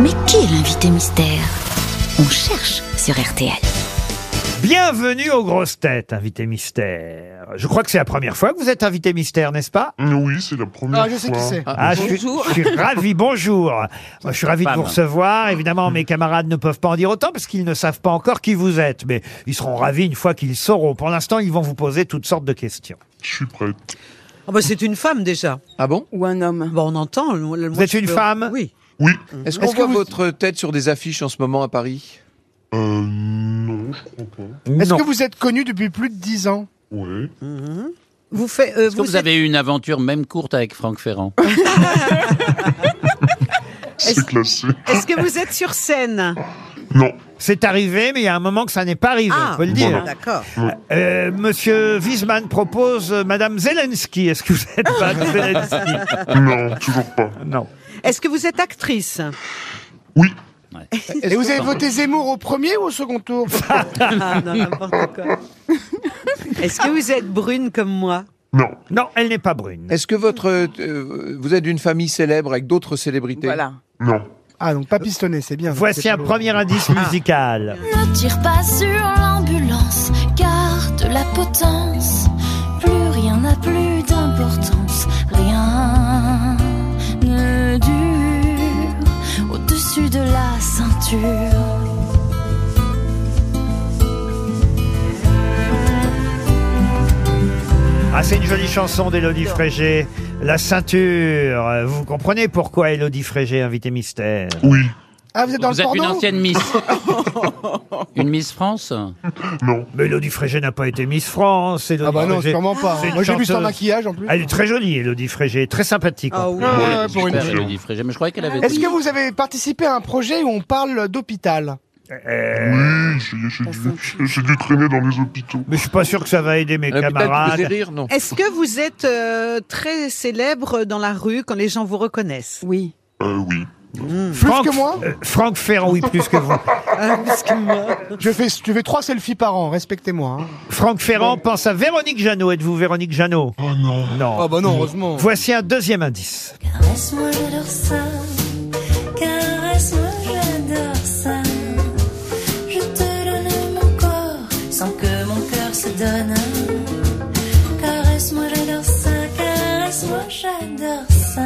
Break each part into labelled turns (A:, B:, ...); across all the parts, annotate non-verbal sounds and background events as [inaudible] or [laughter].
A: Mais qui est l'invité mystère On cherche sur RTL.
B: Bienvenue aux grosses têtes, invité mystère. Je crois que c'est la première fois que vous êtes invité mystère, n'est-ce pas
C: Oui, c'est la première
D: Ah, je sais
C: fois.
D: qui c'est.
B: Ah, je suis, je suis ravi, bonjour. Moi, je suis ravi de vous recevoir. Évidemment, mes camarades ne peuvent pas en dire autant parce qu'ils ne savent pas encore qui vous êtes. Mais ils seront ravis une fois qu'ils sauront. Pour l'instant, ils vont vous poser toutes sortes de questions.
C: Je suis prête.
E: Ah bah c'est une femme déjà.
F: Ah bon
G: Ou un homme.
E: Bah on entend. le- le-
B: Vous êtes
E: je
B: une femme
E: Oui.
C: Oui.
F: Est-ce qu'on voit votre tête sur des affiches en ce moment à Paris
C: Euh, non, je crois pas.
D: Est-ce
B: Non.
D: que vous êtes connu depuis plus de 10 ans
C: Ouais.
E: Vous faites. euh,
H: Est-ce que vous Euh,
E: êtes-
H: avez eu une aventure même courte avec Franck Ferrand
C: C'est classé.
E: Est-ce que vous êtes sur
D: [laughs]
E: scène
C: Non.
B: C'est arrivé, mais il y a un moment que ça n'est pas arrivé,
E: Ah,
B: faut le dire.
E: D'accord.
B: Euh, Monsieur Wiesmann propose euh, Madame Zelensky. Est-ce que vous êtes Madame Zelensky
C: Non, toujours pas.
B: Non.
E: Est-ce que vous êtes actrice
C: Oui.
E: [laughs]
D: Et vous avez
H: que-
D: voté Zemmour au premier ou au second tour
E: Ah non, n'importe quoi. Est-ce que vous êtes brune comme moi
C: Non.
B: Non, elle n'est pas brune.
F: Est-ce que votre euh, vous êtes d'une famille célèbre avec d'autres célébrités
G: Voilà.
C: Non.
D: Ah, donc pas pistonné, c'est bien.
B: Voici
D: C'est
B: un
D: chaud.
B: premier indice musical.
I: Ne tire pas sur l'ambulance, garde la potence. Plus rien n'a plus d'importance, rien ne dure au-dessus de la ceinture.
B: Ah, c'est une jolie chanson d'Élodie Frégé. La ceinture. Euh, Vous comprenez pourquoi Élodie Frégé, invité mystère
C: Oui.
D: Ah, vous êtes dans
H: Vous
D: le
H: êtes une
D: porno
H: ancienne [laughs] Miss. une Miss France
C: Non.
B: Mais Élodie Frégé n'a pas été Miss France. Élodie
D: Ah bah non,
B: Frégé-
D: sûrement pas.
B: C'est une
D: Moi j'ai vu son
B: chanteuse.
D: maquillage en plus.
B: Elle est très jolie, Élodie Frégé. Très sympathique.
E: Ah oui.
C: Ouais,
D: pour une
H: Super,
C: fois.
H: Élodie Frégé. Mais je croyais qu'elle avait
D: Est-ce que vous avez participé à un projet où on parle d'hôpital
B: Euh,
C: Oui, j'ai j'ai dû, j'ai- j'ai dû traîner dans les hôpitaux.
B: mais je suis pas sûr que ça va aider mes
F: Un hôpital qui faisait
B: camarades.
F: rire, non
E: Est-ce que vous êtes euh, très célèbre dans la rue quand les gens vous reconnaissent
G: Oui.
C: Euh, oui.
B: Franck-
D: Plus que moi
B: euh, Franck Ferrand, oui, plus que
D: [laughs]
B: vous.
E: Ah,
D: Je fais, je fais trois selfies par an, respectez-moi. hein.
B: Franck Ferrand pense à Véronique Jeannot. Êtes-vous Véronique Jeannot
C: Oh non.
B: Non.
D: Ah bah non, heureusement.
B: Voici un deuxième indice.
I: Caresse-moi, j'adore ça. Caresse-moi, j'adore ça. Je te donne mon corps sans que mon cœur se donne. Caresse-moi, j'adore ça. Caresse-moi, j'adore ça.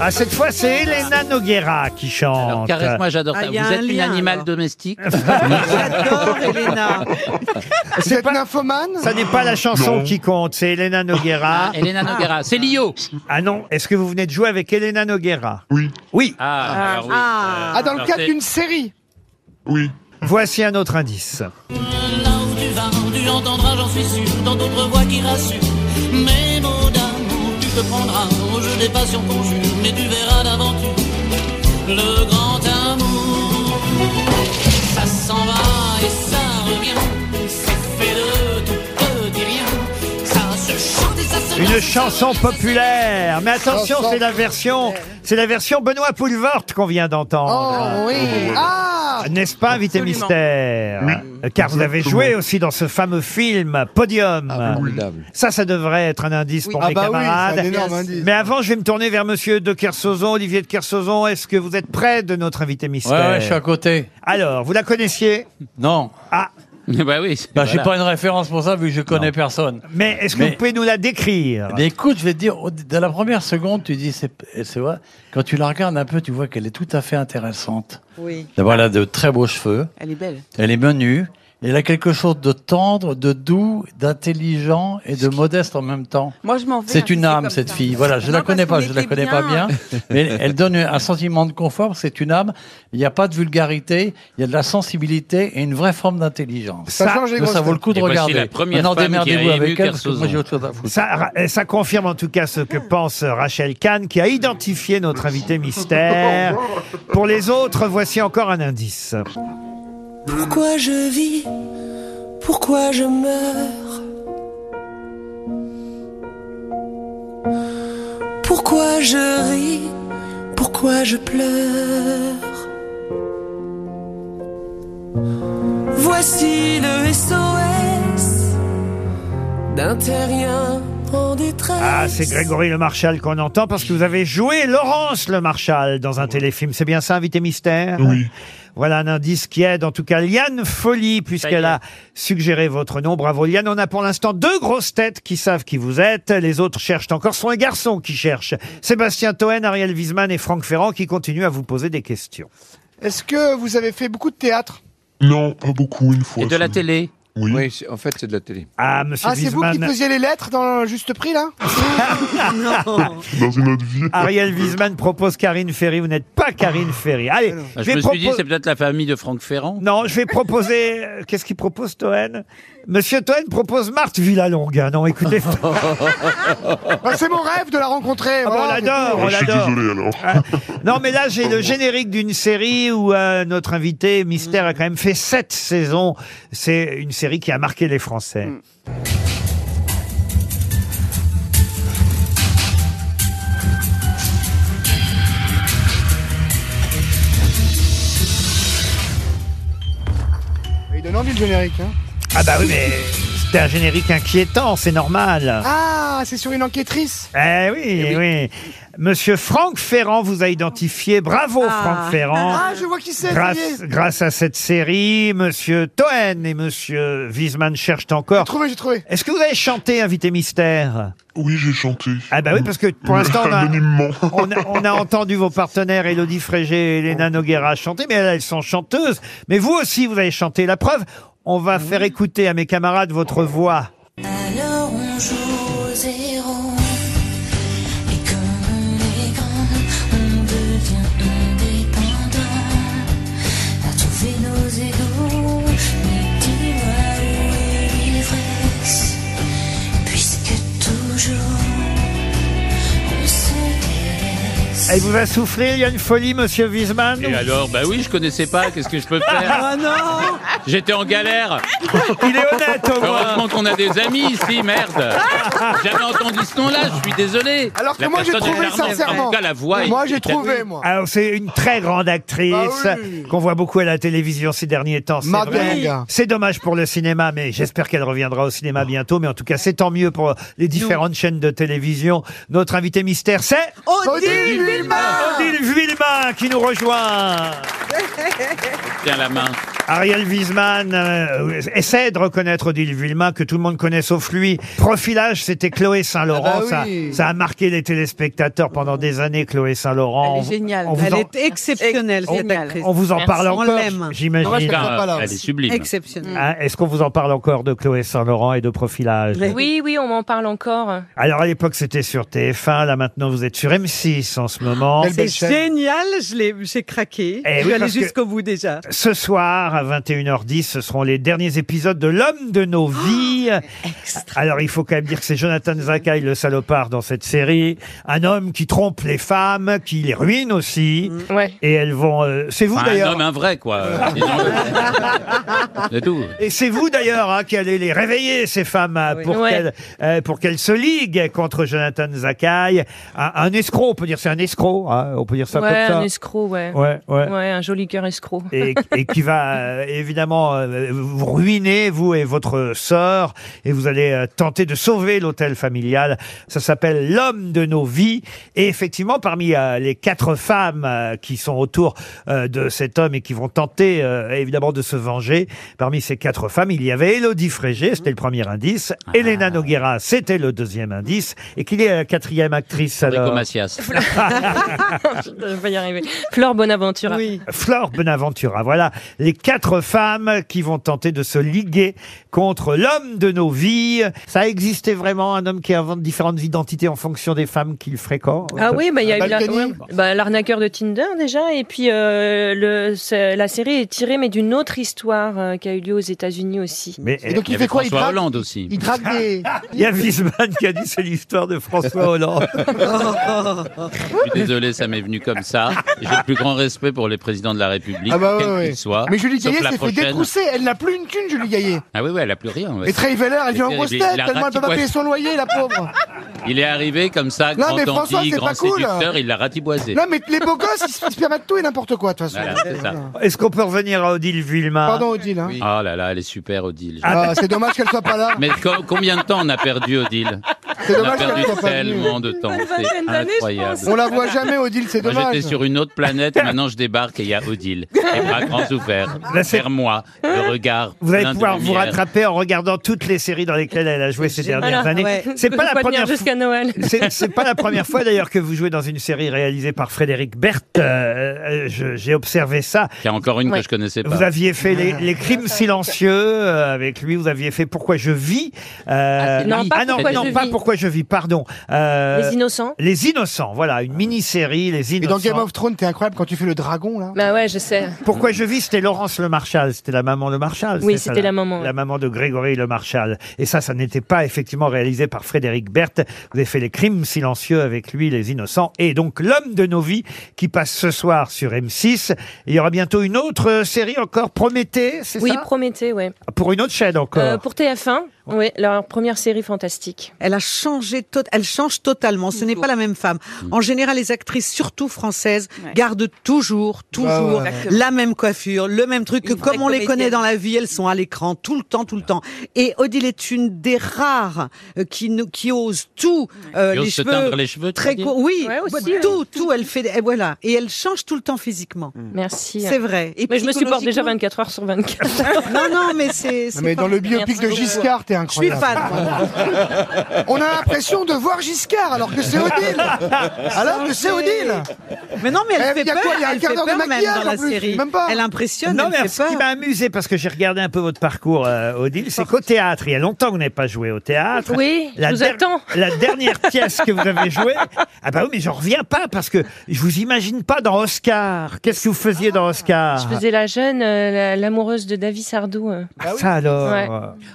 B: Ah, cette fois, c'est Elena Noguera qui chante.
H: Alors, caresse-moi, j'adore
E: Ah,
H: ça.
E: il
H: Vous
E: y a un
H: êtes une
E: lien,
H: animale
E: alors.
H: [laughs] domestique
E: J'adore Elena.
D: Vous êtes nymphomane
B: Ça n'est pas la chanson
C: Non.
B: qui compte, c'est Elena
H: [laughs]
B: Noguera.
H: Elena Noguera. C'est Lio
B: Ah non, est-ce que vous venez de jouer avec Elena Noguera
C: Oui.
B: Oui.
H: Ah, alors oui.
E: Ah.
D: Ah, dans le
H: Alors,
D: cadre
H: c'est-
D: d'une série
C: Oui.
B: Voici un autre indice.
J: Là où tu vas, tu entendras, j'en suis sûr, dans d'autres voix qui rassurent. Mes mots d'amour, tu te prendras au jeu des passions qu'on jure, mais tu verras d'aventure le grand amour. Ça s'en va et ça revient, c'est fait de tout petit rien. Ça se chante et ça se
B: Une
J: danse,
B: chanson
J: ça revient, ça se-
B: populaire. Mais attention, c'est la version, c'est la version Benoît Poulvort qu'on vient d'entendre.
D: Oh oui Ah
B: N'est-ce pas, invité
G: Absolument.
B: mystère Euh, Car vous avez
C: Exactement.
B: joué aussi dans ce fameux film Podium.
F: Ah, formidable.
B: Ça, ça devrait être un indice pour
D: Ah
B: mes
D: bah oui, c'est
B: camarades.
D: un énorme indice.
B: Mais avant, je vais me tourner vers Monsieur de Kersauzon, Olivier de Kersauzon. Est-ce que vous êtes près de notre invité mystère
K: Ouais, ouais, je suis à côté.
B: Alors, vous la connaissiez
K: Non,
H: [laughs]
K: bah,
H: bah oui.
K: je suis
H: voilà.
K: pas une référence pour ça vu que je connais personne.
B: Mais est-ce que
K: Mais-
B: vous pouvez nous la
D: Eh
B: décrire
K: Mais écoute, je vais te dire, au- dans la première seconde, tu dis, c'est c'est vrai, quand tu la regardes un peu, tu vois qu'elle est tout à fait intéressante.
E: Oui.
K: D'abord, elle a de très beaux cheveux,
G: Elle est belle.
K: elle est menue, elle a quelque chose de tendre, de doux, d'intelligent et de modeste en même temps.
G: Moi, je m'en vais. hein,
K: C'est une
G: si
K: âme,
G: comme
K: cette
G: ça.
K: fille. Voilà, je
G: Non,
K: la
G: parce
K: connais
G: qu'on
K: pas, je la
G: était
K: connais pas bien, mais elle donne un sentiment de confort. C'est une âme. Il n'y a pas de vulgarité, il y a de la sensibilité et une vraie forme d'intelligence.
D: Ça,
B: Ça-
D: change les
K: Donc, ça
D: grosses
K: vaut le coup de
H: Et voici
K: regarder.
H: la première
K: Maintenant,
H: femme qui a
K: démerdez-vous
H: ému
K: avec elle, parce que
H: Kersozon.
K: moi, j'ai autre chose à foutre.
B: Ça, eh, ça confirme en tout cas ce que pense Rachel Kahn, qui a identifié notre invité mystère. Pour les autres, voici encore un indice.
J: Pourquoi je vis Pourquoi je meurs Pourquoi je ris Pourquoi je pleure Voici le SOS d'un terrien
I: en détresse.
B: Ah, c'est Grégory Le Marchal qu'on entend parce que vous avez joué Laurence Le Marchal dans un téléfilm. C'est bien ça, Invité Mystère
C: Oui.
B: Voilà un indice qui aide, en tout cas, Liane Folie, puisqu'elle a suggéré votre nom. Bravo, Liane. On a pour l'instant deux grosses têtes qui savent qui vous êtes. Les autres cherchent encore. Ce sont les garçons qui cherchent. Sébastien Toen, Ariel Wiesman et Franck Ferrand qui continuent à vous poser des questions.
D: Est-ce que vous avez fait beaucoup de théâtre
C: Non, pas beaucoup, une fois.
H: Et de la
C: seulement.
H: télé.
C: Oui.
F: Oui, c'est- en fait, c'est de la télé.
B: Ah, monsieur
D: Ah, c'est vous qui
B: Wiesmann.
D: faisiez les lettres dans le juste prix, là
E: Non.
C: Dans une autre vie. Ah,
B: Ariel Wiesman propose Karine Ferry. Vous n'êtes pas Karine Ferry. Allez,
H: Euh. Ah,
B: je
H: Je me suis dit,
B: propo-
H: c'est peut-être la famille de Franck Ferrand.
B: Non, je vais proposer. euh, Qu'est-ce qu'il propose, Toen Monsieur Toen propose Marthe Villalonga. Non,
D: [laughs]
B: écoutez.
D: Bah, C'est mon rêve de la rencontrer.
B: Ah bah, on
D: voilà.
B: l'adore, on
C: Ah, je suis
B: l'adore.
C: désolé alors.
B: Ah, non, mais là, j'ai le générique d'une série où euh, notre invité mystère a quand même fait sept saisons. C'est une série qui a marqué les Français.
D: Mm. Il donne envie le générique. hein.
B: Ah bah oui, mais c'était un générique inquiétant, c'est normal.
D: Ah, c'est sur une enquêtrice.
B: Eh oui, oui, Monsieur Franck Ferrand vous a identifié. Bravo,
E: Ah.
B: Franck Ferrand.
D: Ah, je vois qui c'est. ça y est.
B: Grâce, grâce à cette série, Monsieur Toen et Monsieur Wiesmann cherchent
D: J'ai
B: encore.
D: trouvé, j'ai trouvé.
B: Est-ce que vous avez chanté Invité Mystère
C: Oui, j'ai chanté.
B: Ah bah oui, parce que pour l'instant, on a, [laughs]
C: Anonymement.
B: on, a, on a entendu vos partenaires Elodie Frégé et Elena Noguera chanter, mais elles, elles sont chanteuses. Mais vous aussi, vous avez chanté. La preuve, on va faire écouter à mes camarades votre voix.
I: Alors on joue aux héros Et comme on est grand On devient indépendant À trouver nos égaux Mais dis-moi où est l'ivresse Puisque toujours On se laisse
B: Elle vous a soufflé, il y a une folie, monsieur Wiesmann
H: Et alors, bah oui, je connaissais pas, qu'est-ce que je peux [laughs] faire
E: Ah non
H: J'étais en galère.
B: Il est honnête au moins
H: Heureusement qu'on a des amis ici, [laughs] merde. J'avais entendu ce nom-là, je suis désolé.
D: Alors que
H: La
D: moi, j'ai
H: personne est
D: trouvé
H: charmante.
D: sincèrement.
H: En tout cas, la voix est-
D: Moi,
H: est
D: j'ai trouvé,
H: tatouée.
D: moi.
B: Alors, c'est Ah, une très grande actrice
D: Ah oui.
B: qu'on voit beaucoup à la télévision ces derniers temps. C'est
D: Madame.
B: vrai. C'est dommage pour le cinéma, mais j'espère qu'elle reviendra au cinéma bientôt. Mais en tout cas, c'est tant mieux pour les différentes chaînes de télévision. Notre invité mystère, c'est
E: Odile Wilma
B: Odile Vuillemin qui nous rejoint.
H: Tiens la main.
B: Ariel Wiesman euh, essaie de reconnaître Odile Villemin, que tout le monde connaît sauf lui. Profilage, c'était Chloé Saint-Laurent.
D: Ah bah oui.
B: ça, ça a marqué les téléspectateurs pendant des années, Chloé Saint-Laurent.
E: Elle est géniale.
B: On vous
E: Elle
B: en,
E: est exceptionnelle,
B: on-
E: cette actrice.
B: on vous en
E: Merci.
B: parle
E: On
B: encore,
E: l'aime.
D: Moi, je
B: j'imagine.
D: la
H: Putain,
D: vois pas, là.
H: elle est sublime.
E: Exceptionnelle.
B: Hein, Est-ce qu'on vous en parle encore de Chloé Saint-Laurent et de profilage
G: Oui, oui, on m'en parle encore.
B: Alors à l'époque c'était sur TF1, là maintenant vous êtes sur M6 en ce moment.
D: Quelle
E: C'est
D: belle chaîne.
E: génial, je l'ai- j'ai craqué.
B: Eh
E: je
B: oui,
E: suis allée
B: parce que-
E: jusqu'au bout déjà.
B: Ce soir, à 21h10, ce seront les derniers épisodes de L'homme de nos vies. Alors, il faut quand même dire que c'est Jonathan Zakaï, le salopard, dans cette série. Un homme qui trompe les femmes, qui les ruine aussi.
G: Ouais.
B: Et elles vont... euh, c'est vous,
H: Enfin, un
B: d'ailleurs
H: homme, un vrai, quoi. euh, disons-le. C'est tout.
B: Et c'est vous d'ailleurs hein, qui allez les réveiller, ces femmes, euh,
E: Oui.
B: pour
G: Ouais.
B: qu'elles euh, pour qu'elles se liguent contre Jonathan Zakaï. Un, un escroc, on peut dire, c'est un escroc, hein, on peut dire ça
G: ouais, un
B: comme ça.
G: escroc, ouais.
B: Ouais, ouais.
G: ouais. un joli cœur escroc. [laughs]
B: et, et qui va euh, évidemment euh, vous ruiner, vous et votre sœur, et vous allez euh, tenter de sauver l'hôtel familial. Ça s'appelle L'homme de nos vies. Et effectivement, parmi euh, les quatre femmes euh, qui sont autour euh, de cet homme et qui vont tenter euh, évidemment de se venger, parmi ces quatre femmes, il y avait Elodie Frégé, c'était le premier indice, Elena Noguera, c'était le deuxième indice, et qui est la euh, quatrième actrice
H: Enrico
B: alors
H: Macias.
G: Je vais pas y arriver. Flore Bonaventura.
E: Oui.
B: Flore Bonaventura. Voilà les quatre femmes qui vont tenter de se liguer contre l'homme de nos vies. Ça a existé vraiment, un homme qui invente différentes identités en fonction des femmes qu'il fréquente
G: Ah oui, bah il y a eu la-
D: Balkany.
G: ouais. bah, l'arnaqueur de Tinder déjà, et puis euh, le, c'est- la série est tirée mais d'une autre histoire euh, qui a eu lieu aux États-Unis aussi.
B: Mais
D: Et donc,
H: Il y
D: il
H: avait
D: fait quoi Il
H: François
D: drague
H: Hollande Ah. aussi.
D: Il drague des.
B: il y a Wiesmann qui a dit c'est l'histoire de François
G: [laughs]
B: Hollande.
H: Je suis désolé, ça m'est venu comme ça. J'ai le plus grand respect pour les présidents de la République,
D: Ah bah ouais,
H: quels
D: ouais.
H: qu'ils soient.
D: Mais Julie
H: sauf
D: Gaillet
H: la
D: s'est fait
H: prochaine.
D: détrousser. Elle n'a plus une thune, Julie Gaillet.
H: Ah oui, oui, elle a plus rien. ouais.
D: Et Trey Veller, elle
H: C'est
D: vient en grosse
H: terrible.
D: tête
H: Il a
D: tellement elle peut pas
H: raté- [laughs]
D: payer son loyer, la pauvre.
H: Il est arrivé comme ça,
D: Non,
H: grand
D: mais François,
H: dandy,
D: c'est
H: grand
D: pas cool.
H: séducteur, il l'a ratiboisé.
D: Non, mais les beaux gosses, ils se ils se permettent tout et n'importe quoi, de toute façon.
H: Voilà, c'est ça.
B: Est-ce qu'on peut revenir à Odile Villemain
D: Pardon, Odile. Hein.
H: Oh là là, elle est super, Odile.
D: Ah, c'est dommage qu'elle soit pas là.
H: Mais co- combien de temps on a perdu, Odile
D: C'est
H: On a
D: dommage
H: perdu
D: qu'elle soit pas
H: tellement
D: venue.
H: de temps.
D: Une bonne
H: C'est
D: vingtaine d'années, je
H: incroyable.
D: pense. On la voit jamais, Odile, c'est
H: Moi,
D: dommage.
H: J'étais sur une autre planète, maintenant je débarque et il y a Odile. Les bras grands ouverts, vers moi, le regard.
B: Vous allez
H: plein de
B: pouvoir vous
H: lumière.
B: rattraper en regardant toutes les séries dans lesquelles elle a joué ces dernières
G: Voilà,
B: années.
G: ouais.
B: C'est pas,
G: Faut
B: la
G: tenir
B: première
G: jusqu'à Noël.
B: C'est c'est pas la première fois d'ailleurs que vous jouez dans une série réalisée par Frédéric Berthe. Euh, euh, je- J'ai observé ça.
H: Il y a encore une
B: Ouais.
H: que je connaissais pas.
B: Vous aviez fait les,
D: Ah.
B: les crimes silencieux euh, avec lui. Vous aviez fait Pourquoi je vis. euh,
G: Ah, c'est Non, lui. pas
B: ah non,
G: Pourquoi
B: non,
G: je
B: pas
G: vis.
B: Pourquoi je vis. Pardon. Euh,
G: Les Innocents.
B: Les innocents. Voilà une mini-série. Les
D: Et
B: innocents.
D: dans Game of Thrones, t'es incroyable quand tu fais le dragon, là.
G: Bah ouais, je sais.
B: Pourquoi je vis, c'était Laurence Le Marchal, c'était la maman Le Marchal.
G: Oui,
B: c'est ça,
G: c'était la maman, ouais.
B: La maman de Grégory Le Marchal. Et ça, ça n'était pas effectivement réalisé par Frédéric Berthe. Vous avez fait les crimes silencieux avec lui, les innocents, et donc l'homme de nos vies qui passe ce soir sur M6. Et il y aura bientôt une autre euh, série encore, Prométhée, c'est
G: Oui,
B: ça
G: Prométhée, ouais.
B: Pour une autre chaîne encore.
G: Euh, pour TF1, oui, leur première série fantastique.
E: Elle a changé, to- elle change totalement. Ce n'est pas la même femme.
H: Mm.
E: En général, les actrices, surtout françaises, gardent toujours, toujours
D: ouais.
E: la même coiffure, le même truc. Que
D: vraie
E: comme on les connaît
D: comédienne.
E: dans la vie, elles sont à l'écran tout le temps, tout le temps. Et Odile est une des rares euh, qui nous- qui ose tout. euh,
H: Qui ose se teindre les cheveux, tu
E: très
H: veux
E: courts.
H: dire
E: Oui,
G: Ouais, aussi,
E: tout, tout. Elle fait, et voilà. Et elle change tout le temps physiquement.
B: Hmm.
G: Merci.
E: C'est vrai. Et
G: Mm. Mais je me supporte déjà
E: psychologiquement-
G: 24 heures sur 24.
E: [laughs] Non, non, mais c'est.
D: Non, mais dans le biopic de Giscard, t'es
E: Je suis
D: incroyable.
E: fan. moi.
D: On a l'impression de voir Giscard alors que
H: [laughs]
D: c'est Odile. Alors que c'est Odile.
E: Mais non, mais elle
D: Eh,
E: fait
D: y a
E: peur.
D: quoi, y a un
E: elle
D: quart
E: fait
D: d'heure de
E: peur même
D: maquillage,
E: dans la
D: en plus,
E: série.
D: même pas.
E: Elle impressionne.
B: Non,
E: elle
B: mais
E: fait
B: ce qui
E: peur.
B: m'a amusé, parce que j'ai regardé un peu votre parcours, euh, Odile, c'est qu'au théâtre, il y a longtemps que vous n'avez pas joué au théâtre.
G: Oui, je vous
B: der-
G: attends.
B: La
G: [laughs]
B: dernière pièce que vous avez jouée, ah bah oui, mais j'en reviens pas, parce que je vous imagine pas dans Oscar. Qu'est-ce que vous faisiez dans Oscar
G: Je faisais la jeune, euh, la- l'amoureuse de David Sardou. euh.
B: Ah, Ça alors
G: Ouais.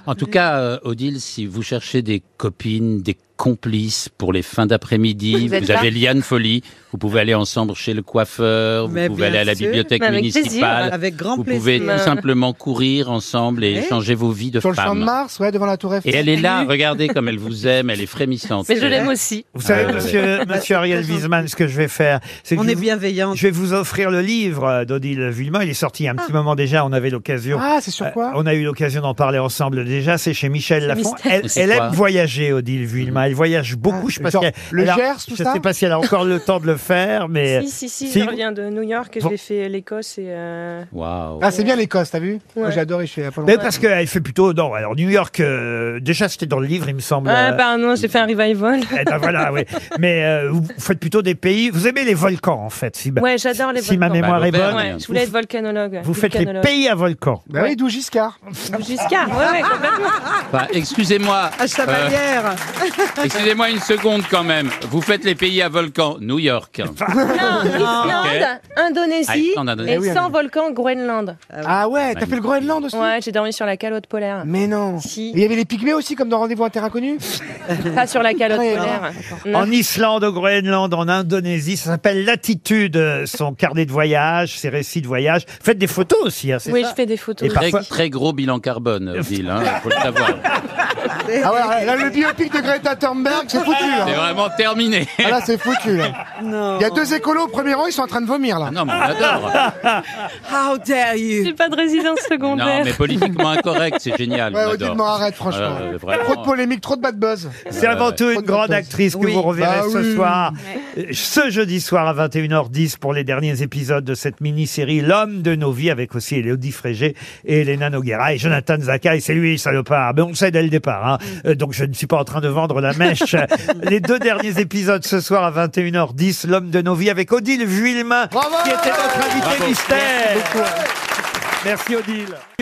H: En tout cas, euh, Odile, si vous cherchez des copines, des complices pour les fins d'après-midi,
G: Vous êtes
H: vous, avez Liane Folly, vous pouvez aller ensemble chez le coiffeur, vous
E: Mais
H: pouvez
E: bien
H: aller à la
E: sûr.
H: bibliothèque
G: Mais avec
H: municipale,
G: plaisir.
E: Avec grand
H: vous pouvez
E: plaisir.
H: tout simplement courir ensemble et
E: Eh
H: échanger vos vies de
D: Sur le champ de
H: femmes.
D: Mars, ouais, devant la Tour Eiffel.
H: Et elle est là, regardez comme elle vous aime, elle est frémissante.
G: Mais je l'aime aussi.
B: Vous savez,
H: Ah, ouais,
B: monsieur, monsieur Ariel Wiesman, ce que je vais faire, c'est que
E: On
B: je,
E: est
B: vous-
E: bienveillants.
B: je vais vous offrir le livre euh, d'Odile Villemain. Il est sorti il y a un
G: Ah.
B: petit moment déjà, on avait l'occasion.
D: Ah, c'est sur
B: Euh,
D: quoi
B: On a eu l'occasion d'en parler ensemble déjà, c'est chez Michel Lafon.
G: mystère.
B: Elle,
H: C'est
B: elle
H: quoi
B: aime voyager, Odile Villemain. Elle voyage beaucoup. je sais pas
D: genre
B: si elle-
D: le
B: elle a-
D: Gers, tout
B: Je
D: ça
B: sais pas si elle a encore le temps de le faire, mais...
G: Si, si, si,
B: si.
G: je reviens de New York et
B: Bon.
G: j'ai fait l'Écosse et. euh,
H: Waouh.
D: Ah, c'est bien l'Écosse, t'as vu Moi,
G: Ouais.
D: J'ai adoré, je suis à pas
B: euh, Mais
D: longtemps.
B: parce qu'elle fait plutôt... Non, alors New York, euh, déjà c'était dans le livre, il me semble.
G: Ah,
H: bah.
B: euh,
G: pardon, j'ai fait un revival.
B: eh ben
H: [laughs]
B: voilà, oui. Mais euh, vous vous faites plutôt des pays... Vous aimez les volcans, en fait. Si,
G: Ouais, j'adore les
B: Bah, si ma
G: volcans.
B: mémoire est
H: Bah,
B: bonne.
H: l'Auvergne.
G: Ouais, je voulais être volcanologue. ouais,
B: Vous faites les
G: volcanologue.
B: pays à volcans.
D: Bah oui, d'où Giscard.
G: Jusqu'à. Ouais, ouais,
B: [laughs]
G: complètement.
H: Enfin, excusez-moi.
E: À Chavalière.
H: euh, excusez-moi une seconde quand même. Vous faites les pays à volcan, New York.
G: Non, Islande,
H: Ah,
G: Indonésie
H: Islande,
B: Eh
H: Indonésie.
G: et
D: oui,
G: sans volcan, Groenland.
D: Ah ouais, t'as fait le Groenland aussi
G: Ouais, j'ai dormi sur la calotte polaire.
D: Mais non.
G: Si.
D: Et Il y avait les Pygmées aussi, comme dans Rendez-vous à Terre Inconnue.
G: Pas sur la calotte
D: Ouais,
G: polaire.
B: En Islande, au Groenland, en Indonésie, ça s'appelle Latitude, euh, son carnet de voyage, ses récits de voyage. Faites des photos aussi, hein, c'est
G: Oui,
B: ça
G: je fais des photos.
B: Et
H: Très,
B: parfois-
H: très gros bilan carbone, Odile, hein, faut le savoir.
D: Ah ouais, là, le biopic de Greta Thunberg, c'est foutu,
H: C'est
D: là.
H: vraiment terminé.
D: Ah là, c'est foutu, là.
E: Non.
D: Il y a deux écolos au premier rang, ils sont en train de vomir, là.
H: Ah Non, mais on adore.
E: How dare you?
G: J'ai pas de résidence secondaire.
H: Non, mais politiquement incorrect, c'est génial.
D: Ouais,
H: on
D: Odile,
H: adore.
D: m'en arrête, franchement.
H: Euh,
D: Trop de
H: vraiment.
D: polémiques, trop de bad buzz.
B: C'est avant tout une grande actrice que
E: Oui.
B: vous reverrez
D: Bah
B: ce
D: oui.
B: soir. Euh, Ce jeudi soir à 21h10 pour les derniers épisodes de cette mini-série L'homme de nos vies avec aussi Elodie Frégé et Elena Noguera et Jonathan Zaka et c'est lui, salopard. Mais on le sait dès le départ. hein. Euh, Donc je ne suis pas en train de vendre la
D: [laughs]
B: mèche. les deux derniers épisodes ce soir à 21h10 L'homme de nos vies avec Odile Vuillemin
D: Bravo
B: qui était notre invité
H: Bravo.
B: mystère. Merci Odile.